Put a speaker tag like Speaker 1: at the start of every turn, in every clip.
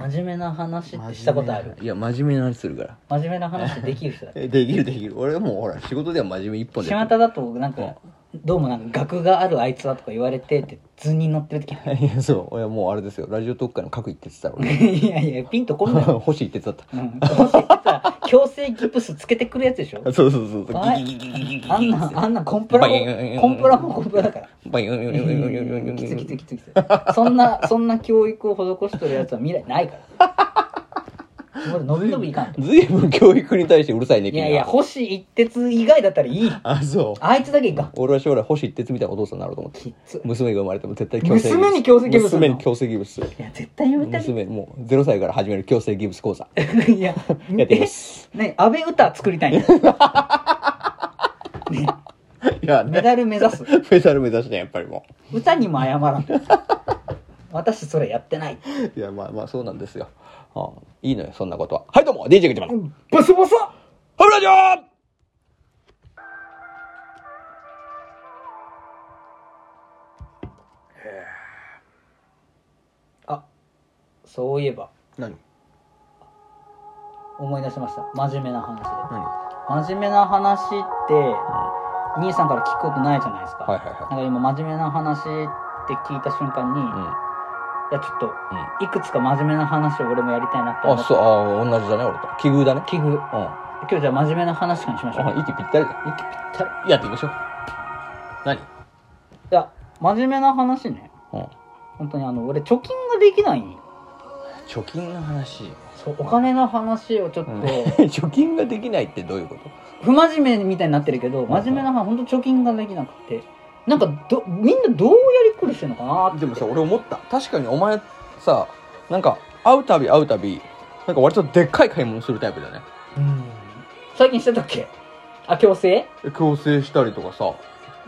Speaker 1: 真面目な話ってしたことある
Speaker 2: いや真面目な話するから
Speaker 1: 真面目な話できる人だ
Speaker 2: えできるできる俺もうほら仕事では真面目一本で
Speaker 1: 巷だとなんかどうもなんか学があるあいつはとか言われてって図に乗ってる時
Speaker 2: いやそう俺はもうあれですよラジオ特会の各一徹だろうね
Speaker 1: いやいやピンとこんない、
Speaker 2: 星一徹だった
Speaker 1: うん、どうせってさ強制ギプスつけてくるやつでしょ
Speaker 2: そうそうそうそう
Speaker 1: あ
Speaker 2: ギギギギギギギ
Speaker 1: あんなあんなコンプラ
Speaker 2: バイン
Speaker 1: もコンプラもコンプラだから
Speaker 2: バヨンヨンヨンヨンヨンヨンヨン
Speaker 1: きつきつきつきつそんなそんな教育を施してるやつは未来ないから俺伸び伸びいかんと
Speaker 2: ずいぶん教育に対してうるさいね
Speaker 1: い
Speaker 2: 君は
Speaker 1: やいや星一徹以外だったらいい
Speaker 2: あそう
Speaker 1: あいつだけいかん
Speaker 2: 俺は将来星一徹みたいなお父さんになろうと思って
Speaker 1: きつ
Speaker 2: 娘が生まれても絶対
Speaker 1: 娘に強制ギブスするの
Speaker 2: 娘に強制ギブスする
Speaker 1: いや絶対やめたり
Speaker 2: 娘もう0歳から始める強制ギブス講座
Speaker 1: いや
Speaker 2: やってます
Speaker 1: えね安倍歌作りたいんだ
Speaker 2: いや
Speaker 1: メダル目指す
Speaker 2: メダル目指してやっぱりも
Speaker 1: 歌にも謝らん私それやってないう
Speaker 2: いやまあまあそうなんですよ、ああいいのよそんなことははいどうも DJ 口まの
Speaker 1: ボソボソ
Speaker 2: ハブラジオ
Speaker 1: あそういえば
Speaker 2: 何
Speaker 1: 思い出しました真面目な話で
Speaker 2: 何は
Speaker 1: 真面目な話って、兄さんから聞くことないじゃないですか、
Speaker 2: いはいは
Speaker 1: なんか今真面目な話って聞いた瞬間に、い
Speaker 2: い
Speaker 1: やちょっと
Speaker 2: うんうん
Speaker 1: いくつか真面目な話を俺もやりたいなと思
Speaker 2: あ、
Speaker 1: って
Speaker 2: そう、あ同じだね、俺と。奇遇だね。
Speaker 1: 器具今
Speaker 2: うん。
Speaker 1: 日じゃあ真面目な話からしましょ
Speaker 2: あ
Speaker 1: う
Speaker 2: 息ぴったりだ。
Speaker 1: 息ぴったり
Speaker 2: やっていきましょう。何
Speaker 1: いや真面目な話ね
Speaker 2: うん。
Speaker 1: 本当にあの俺貯金ができない
Speaker 2: 貯金の話。
Speaker 1: そうお金の話をちょっと、
Speaker 2: うん 貯金ができないってどういうこと
Speaker 1: 不真面目みたいになってるけど真面目な話本当貯金ができなくてなんかどみんなどうやりくりしてんのかなって
Speaker 2: でもさ、俺思った。確かにお前さ、なんか、会うたび会うたび、なんか割とでっかい買い物するタイプだね。
Speaker 1: うん最近してたっけあ強制
Speaker 2: 強制したりとかさ、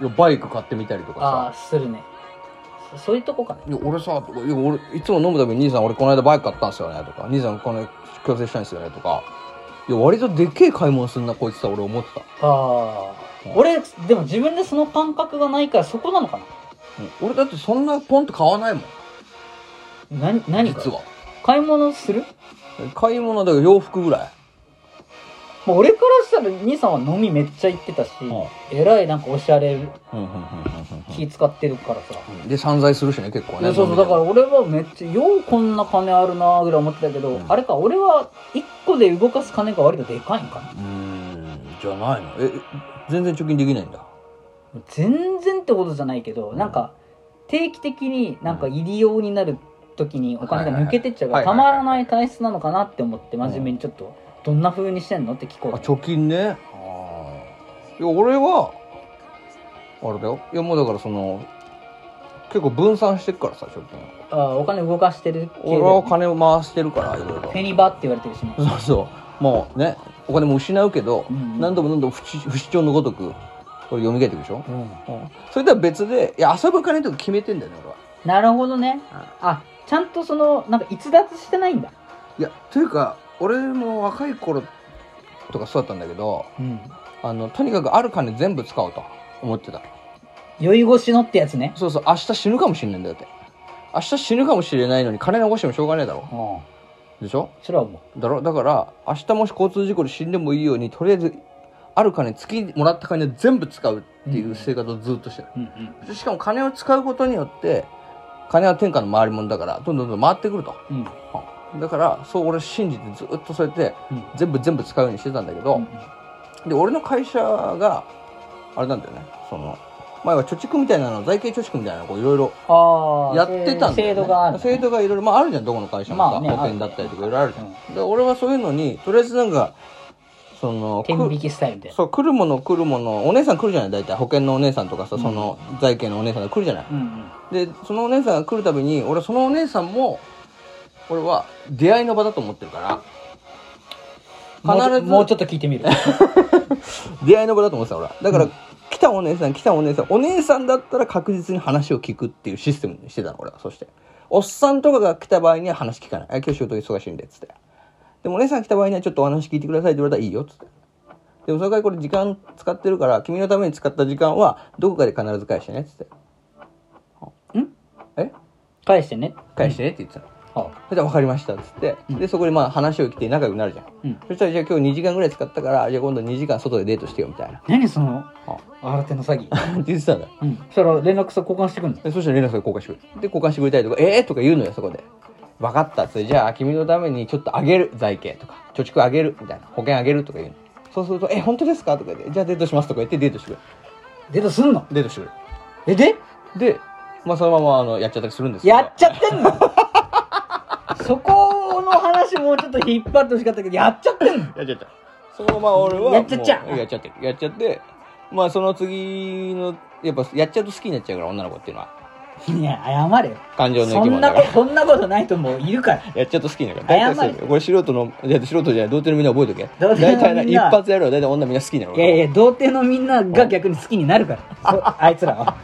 Speaker 2: いやバイク買ってみたりとか
Speaker 1: ああ
Speaker 2: さ。
Speaker 1: ーするねそそういうとこかね
Speaker 2: いや俺さとかいや俺いつも飲むたびに兄さん俺この間バイク買ったんですよねとか兄さんこの強制したんですよねとかいや割とでっけえ買い物すんなこいつさ俺思ってた
Speaker 1: ああ俺でも自分でその感覚がないからそこなのか
Speaker 2: うん俺だってそんなポンと買わないもん
Speaker 1: な何何か
Speaker 2: 実は
Speaker 1: 買い物する
Speaker 2: 買い物だから洋服ぐらい
Speaker 1: もう俺からしたら兄さんは飲みめっちゃ行ってたし、えらいなんかおしゃれ
Speaker 2: うんうんうん
Speaker 1: 気使ってるからさ、
Speaker 2: うんうんで散財するしね結構
Speaker 1: いや
Speaker 2: ね
Speaker 1: そうそうだから俺はめっちゃようこんな金あるなーぐらい思ってたけど、
Speaker 2: うん
Speaker 1: あれか俺は1個で動かす金が割とでかいんかな
Speaker 2: うーんじゃないのえ全然貯金できないんだ
Speaker 1: 全然ってことじゃないけど、なんか定期的になんか入りようになる時にお金が抜けてっちゃうから
Speaker 2: は
Speaker 1: た
Speaker 2: いはいは
Speaker 1: ま
Speaker 2: い
Speaker 1: らない体質なのかなって思って真面目にちょっとどんな風にしてんのって聞こ
Speaker 2: あ
Speaker 1: う
Speaker 2: 貯金ねいや俺はあれだよいやもうだからその結構分散してっからさ貯金
Speaker 1: あーお金動かしてる系
Speaker 2: 俺は
Speaker 1: で
Speaker 2: 金を回してるからいろいろ
Speaker 1: フェニバって言われてるしね
Speaker 2: そうそうもうねお金も失うけど、
Speaker 1: うんうん
Speaker 2: 何度も何度も不死不死鳥のごとくこれ読み替えていくでしょ、
Speaker 1: うん
Speaker 2: うんそれとは別でいや遊ぶ金とか決めてんだよね俺は
Speaker 1: なるほどねあちゃんとそのなんか逸脱してないんだ
Speaker 2: いやというか俺も若い頃とかそうだったんだけど
Speaker 1: うん
Speaker 2: あのとにかくある金全部使おうと思ってた
Speaker 1: 酔い越しのってやつね
Speaker 2: そうそう明日死ぬかもしれないんだよって明日死ぬかもしれないのに金残してもしょうがねえだろ
Speaker 1: うん
Speaker 2: でしょ
Speaker 1: それは思う
Speaker 2: だろだから明日もし交通事故で死んでもいいようにとりあえずある金月もらった金全部使うっていう生活をずっとしてる、
Speaker 1: うんうん
Speaker 2: でしかも金を使うことによって金は天下の回り物だからどんどんどん回ってくると
Speaker 1: うん
Speaker 2: だからそう俺信じてずっとそうやって
Speaker 1: うん
Speaker 2: 全部全部使うようにしてたんだけど、
Speaker 1: うん
Speaker 2: で俺の会社があれなんだよねその前は貯蓄みたいなの財形貯蓄みたいなのをいろいろ
Speaker 1: ああ
Speaker 2: やってたんだよ、
Speaker 1: 制
Speaker 2: ね、
Speaker 1: 度がある
Speaker 2: 制度がいろいろまああるじゃんどこの会社もさ、
Speaker 1: まあね
Speaker 2: 保険だったりとかいろいろあるじゃん、
Speaker 1: うん
Speaker 2: で俺はそういうのにとりあえずなんかその
Speaker 1: 天
Speaker 2: く
Speaker 1: 引きスタイルみたいな
Speaker 2: そう来るもの来るものお姉さん来るじゃない大体保険のお姉さんとかさその財形のお姉さんが来るじゃない、
Speaker 1: うん
Speaker 2: でそのお姉さんが来るたびに俺はそのお姉さんも俺は出会いの場だと思ってるか
Speaker 1: うん
Speaker 2: ら必
Speaker 1: もう
Speaker 2: ず
Speaker 1: ちょもうちょっと聞いてみ る
Speaker 2: 出会いの場だと思ってた俺はだから、来たお姉さん来たお姉さんお姉さんだったら確実に話を聞くっていうシステムにしてたの俺はそしておっさんとかが来た場合には話聞かないあ今日仕事忙しいんでっつってでもお姉さんが来た場合にはちょっとお話聞いてくださいって言われたらいいよっつってでもその代わりこれ時間使ってるから君のために使った時間はどこかで必ず返してねっつって
Speaker 1: ん
Speaker 2: え
Speaker 1: 返してね
Speaker 2: 返してねって言ってたの、
Speaker 1: は
Speaker 2: そしたら分かりましたっつって、
Speaker 1: うん
Speaker 2: でそこでまあ話を聞いて仲良くなるじゃん、
Speaker 1: うん
Speaker 2: そしたらじゃあ今日2時間ぐらい使ったからじゃあ今度2時間外でデートしてよみたいな
Speaker 1: 何その新手の詐欺
Speaker 2: って言ってたんだよ
Speaker 1: うんそしたら連絡先交換してくんの
Speaker 2: でそしたら連絡先交換してくれるで交換してくれたりとか「えー!」とか言うのよそこで「分かった」っつって「じゃあ君のためにちょっとあげる財形」とか「貯蓄あげる」みたいな「保険あげる」とか言うのそうすると「え本当ですか?」とか言って「じゃあデートします」とか言ってデートしてくれる
Speaker 1: デートすんの
Speaker 2: デートしてくれる
Speaker 1: えで
Speaker 2: で、まあ、そのままあのやっちゃったりするんですけど
Speaker 1: やっちゃって んのそこの話もうちょっと引っ張ってほしかったけどやっちゃってんの
Speaker 2: やっちゃったそのまま俺は
Speaker 1: やっちゃっちゃ
Speaker 2: もうやっちゃってるやっちゃってまあその次のやっぱやっちゃうと好きになっちゃうから女の子っていうのはい
Speaker 1: や謝れよ
Speaker 2: 感情の生
Speaker 1: そ
Speaker 2: き
Speaker 1: ん
Speaker 2: 物
Speaker 1: な
Speaker 2: だ
Speaker 1: こ
Speaker 2: か
Speaker 1: とそんなことないと思ういるから
Speaker 2: らやっちゃうと好きになるから大
Speaker 1: 謝
Speaker 2: 体
Speaker 1: れ
Speaker 2: そうこれ素人のいや素人じゃない童貞のみんな覚えとけ
Speaker 1: 童貞のみ
Speaker 2: 大
Speaker 1: んな
Speaker 2: 体な一発やるは大体女みんな好きになる
Speaker 1: いやいや童貞のみんなが逆に好きになるからそあいつらは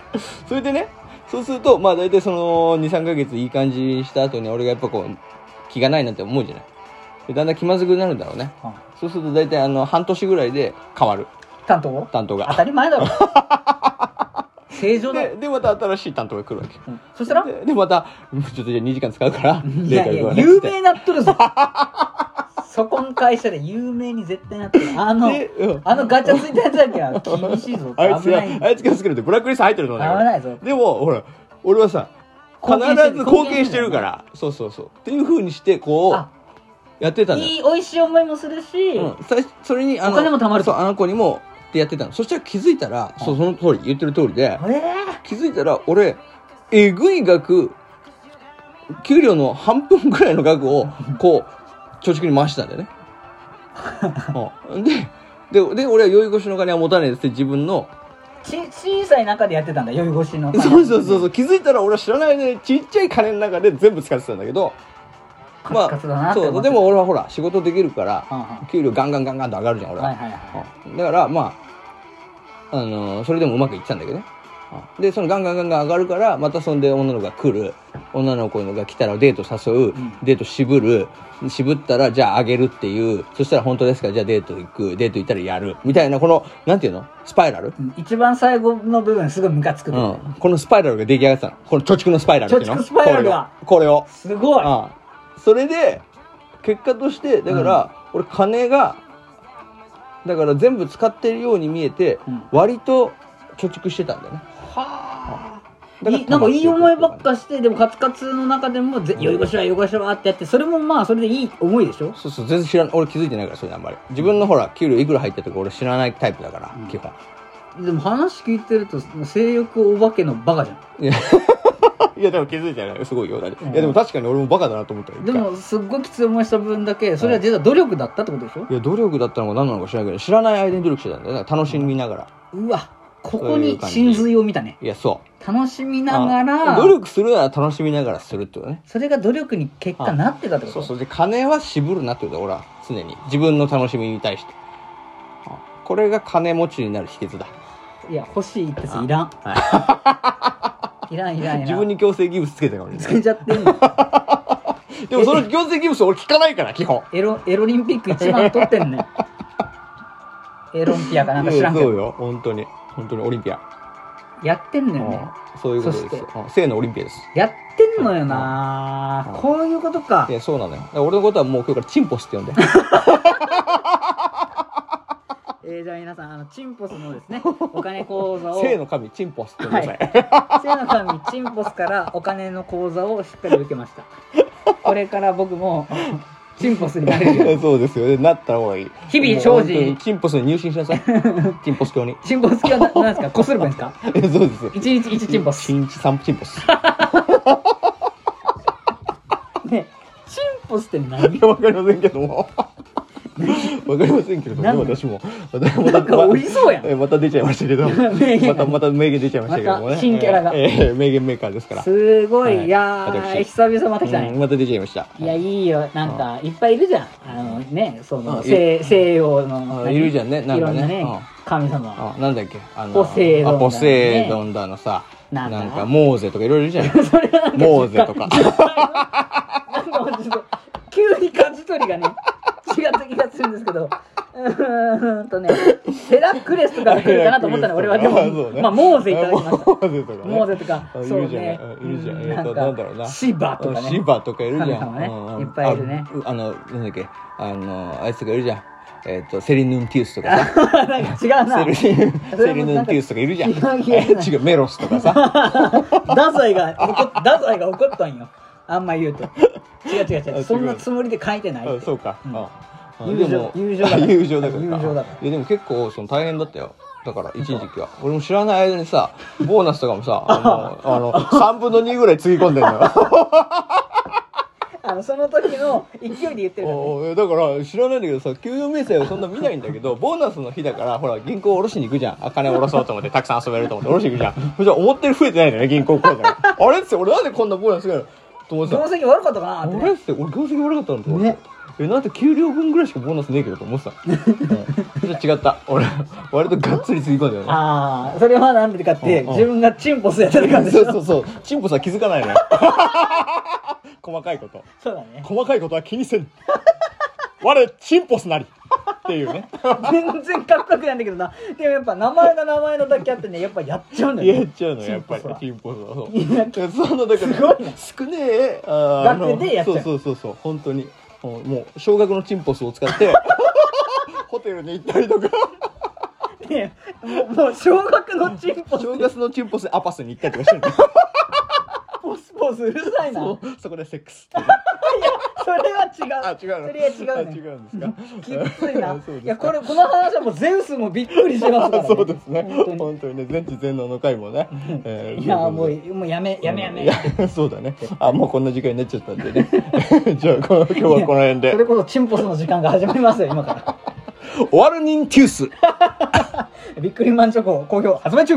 Speaker 2: それでねそうするとまあ大体その23ヶ月いい感じした後に俺がやっぱこう気がないなって思うじゃないでだんだん気まずくなるんだろうね
Speaker 1: うん
Speaker 2: そうすると大体あの半年ぐらいで変わる
Speaker 1: 担当を
Speaker 2: 担当
Speaker 1: 当
Speaker 2: が
Speaker 1: たり前だろ 正常だろ
Speaker 2: ででまた新しい担当が来るわけ
Speaker 1: うんそしたら
Speaker 2: ででまた「ちょっとじゃあ2時間使うから」
Speaker 1: いやい
Speaker 2: デート行こ
Speaker 1: や
Speaker 2: うね
Speaker 1: 有
Speaker 2: っつって
Speaker 1: 名なっとるぞそこの会社で有名に絶対なってるあの
Speaker 2: でうん
Speaker 1: あのガチャついたやつだけは厳しいぞ
Speaker 2: あいつ
Speaker 1: 危
Speaker 2: が
Speaker 1: ない
Speaker 2: あいつがつけるってブラックリスト入ってるの
Speaker 1: 危
Speaker 2: ね
Speaker 1: ないぞ
Speaker 2: でもほら俺はさ必
Speaker 1: 貢献してる
Speaker 2: ず貢献してるからそうそうそうっていうふうにしてこ
Speaker 1: あ
Speaker 2: うやってたんだよ、
Speaker 1: いい美味しい思いもするし、
Speaker 2: うん、最初それにあの
Speaker 1: お金も貯まる
Speaker 2: そ
Speaker 1: と
Speaker 2: うあの子にもってやってたのそしたら気づいたらそうその通り言ってる通りで
Speaker 1: え
Speaker 2: 気づいたら俺えぐい額給料の半分ぐらいの額 をこう貯蓄に回してたんだよね。 うんででで俺は宵越しのお金は持たねえっつって自分の
Speaker 1: ーち小さい中でやってたんだ宵越しの
Speaker 2: そうそうそうそう気づいたら俺は知らないでちっちゃい金の中で全部使ってたんだけど
Speaker 1: カツカツだなって思って
Speaker 2: そうでも俺はほら仕事できるから
Speaker 1: うんうん
Speaker 2: 給料ガンガンガンガンと上がるじゃん俺は
Speaker 1: はいはいは
Speaker 2: うんだからまあ、あのーそれでもうまくいってたんだけどねうんでそのガンガンガンガン上がるからまたそんで女の子が来る女の子が来たらデート誘う、
Speaker 1: ん
Speaker 2: デート渋る渋ったらじゃああげるっていうそしたら本当ですかじゃあデート行くデート行ったらやるみたいなこのなんていうのスパイラル、
Speaker 1: い一番最後の部分すごいムカつく、
Speaker 2: うんこのスパイラルが出来上がってたのこの貯蓄のスパイラルっていうの
Speaker 1: 貯蓄スパイラルが
Speaker 2: これをこれを
Speaker 1: すごい
Speaker 2: ああそれで結果としてだから、俺金がだから全部使ってるように見えて、
Speaker 1: うん
Speaker 2: 割と貯蓄してたんだよね
Speaker 1: は
Speaker 2: だら
Speaker 1: いいなんかいい思いばっ
Speaker 2: 貯蓄て
Speaker 1: かし
Speaker 2: いう
Speaker 1: てでもカツカツの中でもぜ「よいごしはよいごしは」ってやってそれもまあそれでいい思いでしょ
Speaker 2: かそうそう全然知らない俺気づいてないからそれあんまり自分のほら給料いくら入ってるとか俺知らないタイプだから、基本
Speaker 1: でも話聞いてると性欲お化けのバカじゃ
Speaker 2: いやでも気づいてないすごいよだって、いやでも確かに俺もバカだなと思ったよ
Speaker 1: んで
Speaker 2: 一回
Speaker 1: もすっごいきつい思いした分だけそれは実は努力だったってことでしょ
Speaker 2: いや努力だったのか何なのか知らないけど知らない間に努力してたんだよだから楽しみながら、
Speaker 1: うわここ
Speaker 2: そうい
Speaker 1: に
Speaker 2: う感じ
Speaker 1: 真髄を見たね
Speaker 2: いやそう
Speaker 1: 楽しみながら
Speaker 2: あ努力するなら楽しみながらするってことね
Speaker 1: それが努力に結果なってたってこと
Speaker 2: そうそうで金は渋るなってこと俺は常に自分の楽しみに対してあこれが金持ちになる秘訣だ
Speaker 1: いや欲しいってさいらん いらんいらんいらん
Speaker 2: 自分に強制ギブスつけてるのに
Speaker 1: つ
Speaker 2: ね
Speaker 1: けちゃってんの
Speaker 2: でもその強制ギブス俺聞かないから基本
Speaker 1: エロエロリンピック一番取ってんねんエロンピアかなんか
Speaker 2: い
Speaker 1: 知ら
Speaker 2: や
Speaker 1: んけ
Speaker 2: そう
Speaker 1: ど
Speaker 2: よ本当に本当にオリンピア、
Speaker 1: やってんのよね
Speaker 2: うんそういうことで
Speaker 1: そ
Speaker 2: す
Speaker 1: し
Speaker 2: うん性のオリンピアです
Speaker 1: やってんのよな
Speaker 2: うん
Speaker 1: こういうことか
Speaker 2: いやそうなのよだから俺のことはもう今日からチンポスって呼んで
Speaker 1: えーじゃあ皆さんあのチンポスのです ねお金講座を
Speaker 2: 性の神チンポスって呼んでください、
Speaker 1: 聖の神チンポスからお金の講座をしっかり受けましたこれから僕もチンポスになれるように
Speaker 2: そうですよねなった方がいい
Speaker 1: 日々
Speaker 2: もう
Speaker 1: 精進
Speaker 2: 本当にチンポスに入信しなさいチンポス教に
Speaker 1: チンポス教ななんですかこするんですか
Speaker 2: え そうです
Speaker 1: 一日一チンポス
Speaker 2: 新地三チンポス
Speaker 1: ねチンポスって何
Speaker 2: いやわかりませんけど も。わかりませんけれど
Speaker 1: なん
Speaker 2: も、
Speaker 1: で
Speaker 2: 私も。私も
Speaker 1: なんかおりそうやん
Speaker 2: えまた出ちゃいましたけど。
Speaker 1: 名言
Speaker 2: また、また名言出ちゃいましたけどもね。
Speaker 1: また新キャラが
Speaker 2: えーえー名言メーカーですから。
Speaker 1: すごい、
Speaker 2: はい
Speaker 1: い、やー
Speaker 2: 私
Speaker 1: 久々また来たね、
Speaker 2: うんまた出ちゃいました。
Speaker 1: いや、いいよ。なんか、いっぱいいるじゃん。あのね、その、
Speaker 2: うん
Speaker 1: 西西洋の。
Speaker 2: うんいるじゃんね
Speaker 1: い
Speaker 2: なん
Speaker 1: ろ
Speaker 2: か
Speaker 1: ん
Speaker 2: ね
Speaker 1: なね
Speaker 2: うん、
Speaker 1: 神様。
Speaker 2: あ、なんだっけあの、
Speaker 1: ポセイドンだ
Speaker 2: あポセイドンだのさ、
Speaker 1: なんだ
Speaker 2: なんか、モーゼとかいろいろいるじゃん。
Speaker 1: それはなんか、
Speaker 2: モーゼとか。
Speaker 1: なんかもうちょっと、急に舵取りがね、違った気がするんですけど、ーんとね、ヘラクレスとかが来るかなと思ったの、俺は。で
Speaker 2: あそ
Speaker 1: も、
Speaker 2: うね
Speaker 1: まあ、モーゼいただきました。
Speaker 2: モーゼとかね
Speaker 1: モーゼとか、
Speaker 2: あい
Speaker 1: そう
Speaker 2: るじゃん
Speaker 1: ね
Speaker 2: い。るじゃん
Speaker 1: う
Speaker 2: えっとなんだろうな
Speaker 1: シバとかね。
Speaker 2: シバとかいるじゃ
Speaker 1: 神様
Speaker 2: ん、
Speaker 1: ね
Speaker 2: うんうん
Speaker 1: いっぱいいるね
Speaker 2: ああのなんだっけあのあいつがいるじゃんえっとセリヌンティウスとかさ
Speaker 1: なんか違うな。
Speaker 2: セリヌンセリヌンティウスとかいるじゃん
Speaker 1: 違う 違う
Speaker 2: あ違うメロスとかさ
Speaker 1: ダザイが怒っ、ダザイが怒ったんよ。あんま言うと。違う違う違う。
Speaker 2: あ
Speaker 1: そんなつもりで書いてないっ
Speaker 2: あ
Speaker 1: て。
Speaker 2: そうか、
Speaker 1: うん
Speaker 2: あ
Speaker 1: 友情
Speaker 2: でも
Speaker 1: 友情だから
Speaker 2: あ友情だから
Speaker 1: 友情だから
Speaker 2: いやでも結構その大変だったよだから一時期は俺も知らない間にさボーナスとかもさあ のあの3分の2ぐらいつぎ込んでるのよ
Speaker 1: あの、その時の勢いで言ってるからね。
Speaker 2: おうだから知らないんだけどさ給与明細はそんな見ないんだ けどボーナスの日だからほら銀行下ろしに行くじゃんあ金下ろそうと思ってたくさん遊べると思って下ろしに行くじゃんそしたら思ったより増えてないんだよね銀行口座が あれっつって俺なんでこんなボーナスがあると思って
Speaker 1: 業
Speaker 2: さ
Speaker 1: 績悪かったかな
Speaker 2: あ
Speaker 1: って
Speaker 2: れ
Speaker 1: ね。
Speaker 2: っつって俺業績悪かったのと思って、
Speaker 1: ね
Speaker 2: えなんて給料分ぐらいしかボーナスねえけどと思ってた、 うん、じゃあ違った俺割とがっつりつぎ込んだよね
Speaker 1: ああ、それはなんでかって、
Speaker 2: うんうん
Speaker 1: 自分がチンポスやってるからでし
Speaker 2: そ
Speaker 1: ょ
Speaker 2: う。そうそうチンポさん気づかないのよ細かいこと
Speaker 1: そうだね。
Speaker 2: 細かいことは気にせん我チンポスなりっていうね
Speaker 1: 全然かっこよくないんだけどな。でもやっぱ名前が名前のだけあってね、やっぱやっちゃうんだよ
Speaker 2: やっ
Speaker 1: ね。
Speaker 2: ちゃうのやっぱり
Speaker 1: チンポスは
Speaker 2: チンポスはそう
Speaker 1: いや
Speaker 2: いやそんなだから
Speaker 1: すごいな
Speaker 2: 少ねえあー
Speaker 1: 額でやっちゃう
Speaker 2: あのそうそうそうそう本当にもうもう少額のチンポスを 使ってホテルに行ったりとか
Speaker 1: ねもう、もう小学のチンポス、
Speaker 2: 正月のチンポスでアパスに行ったりとかしてるの
Speaker 1: ポスポスうるさいな。いや
Speaker 2: そ、うそこでセックスっ ていう
Speaker 1: それは違う。
Speaker 2: あ違うの
Speaker 1: それは違う
Speaker 2: あ
Speaker 1: ね。
Speaker 2: 違うんですか
Speaker 1: きっついな
Speaker 2: あそうです。か
Speaker 1: いや、これ、この話はもうゼウスもびっくりしてますから、
Speaker 2: あそうですね
Speaker 1: 本当に
Speaker 2: 本当にね全知全能の回もね、えー
Speaker 1: いや、も
Speaker 2: と
Speaker 1: う、
Speaker 2: い
Speaker 1: もうやめ、やめやめ。
Speaker 2: いやそうだねあもうこんな時間になっちゃったんでね じゃあこの今日はこの辺
Speaker 1: そ
Speaker 2: で
Speaker 1: れこそチンポスの時間が始まりますよ、今から。
Speaker 2: 終わる人ティウス
Speaker 1: びっくりマンチョコ好評発売中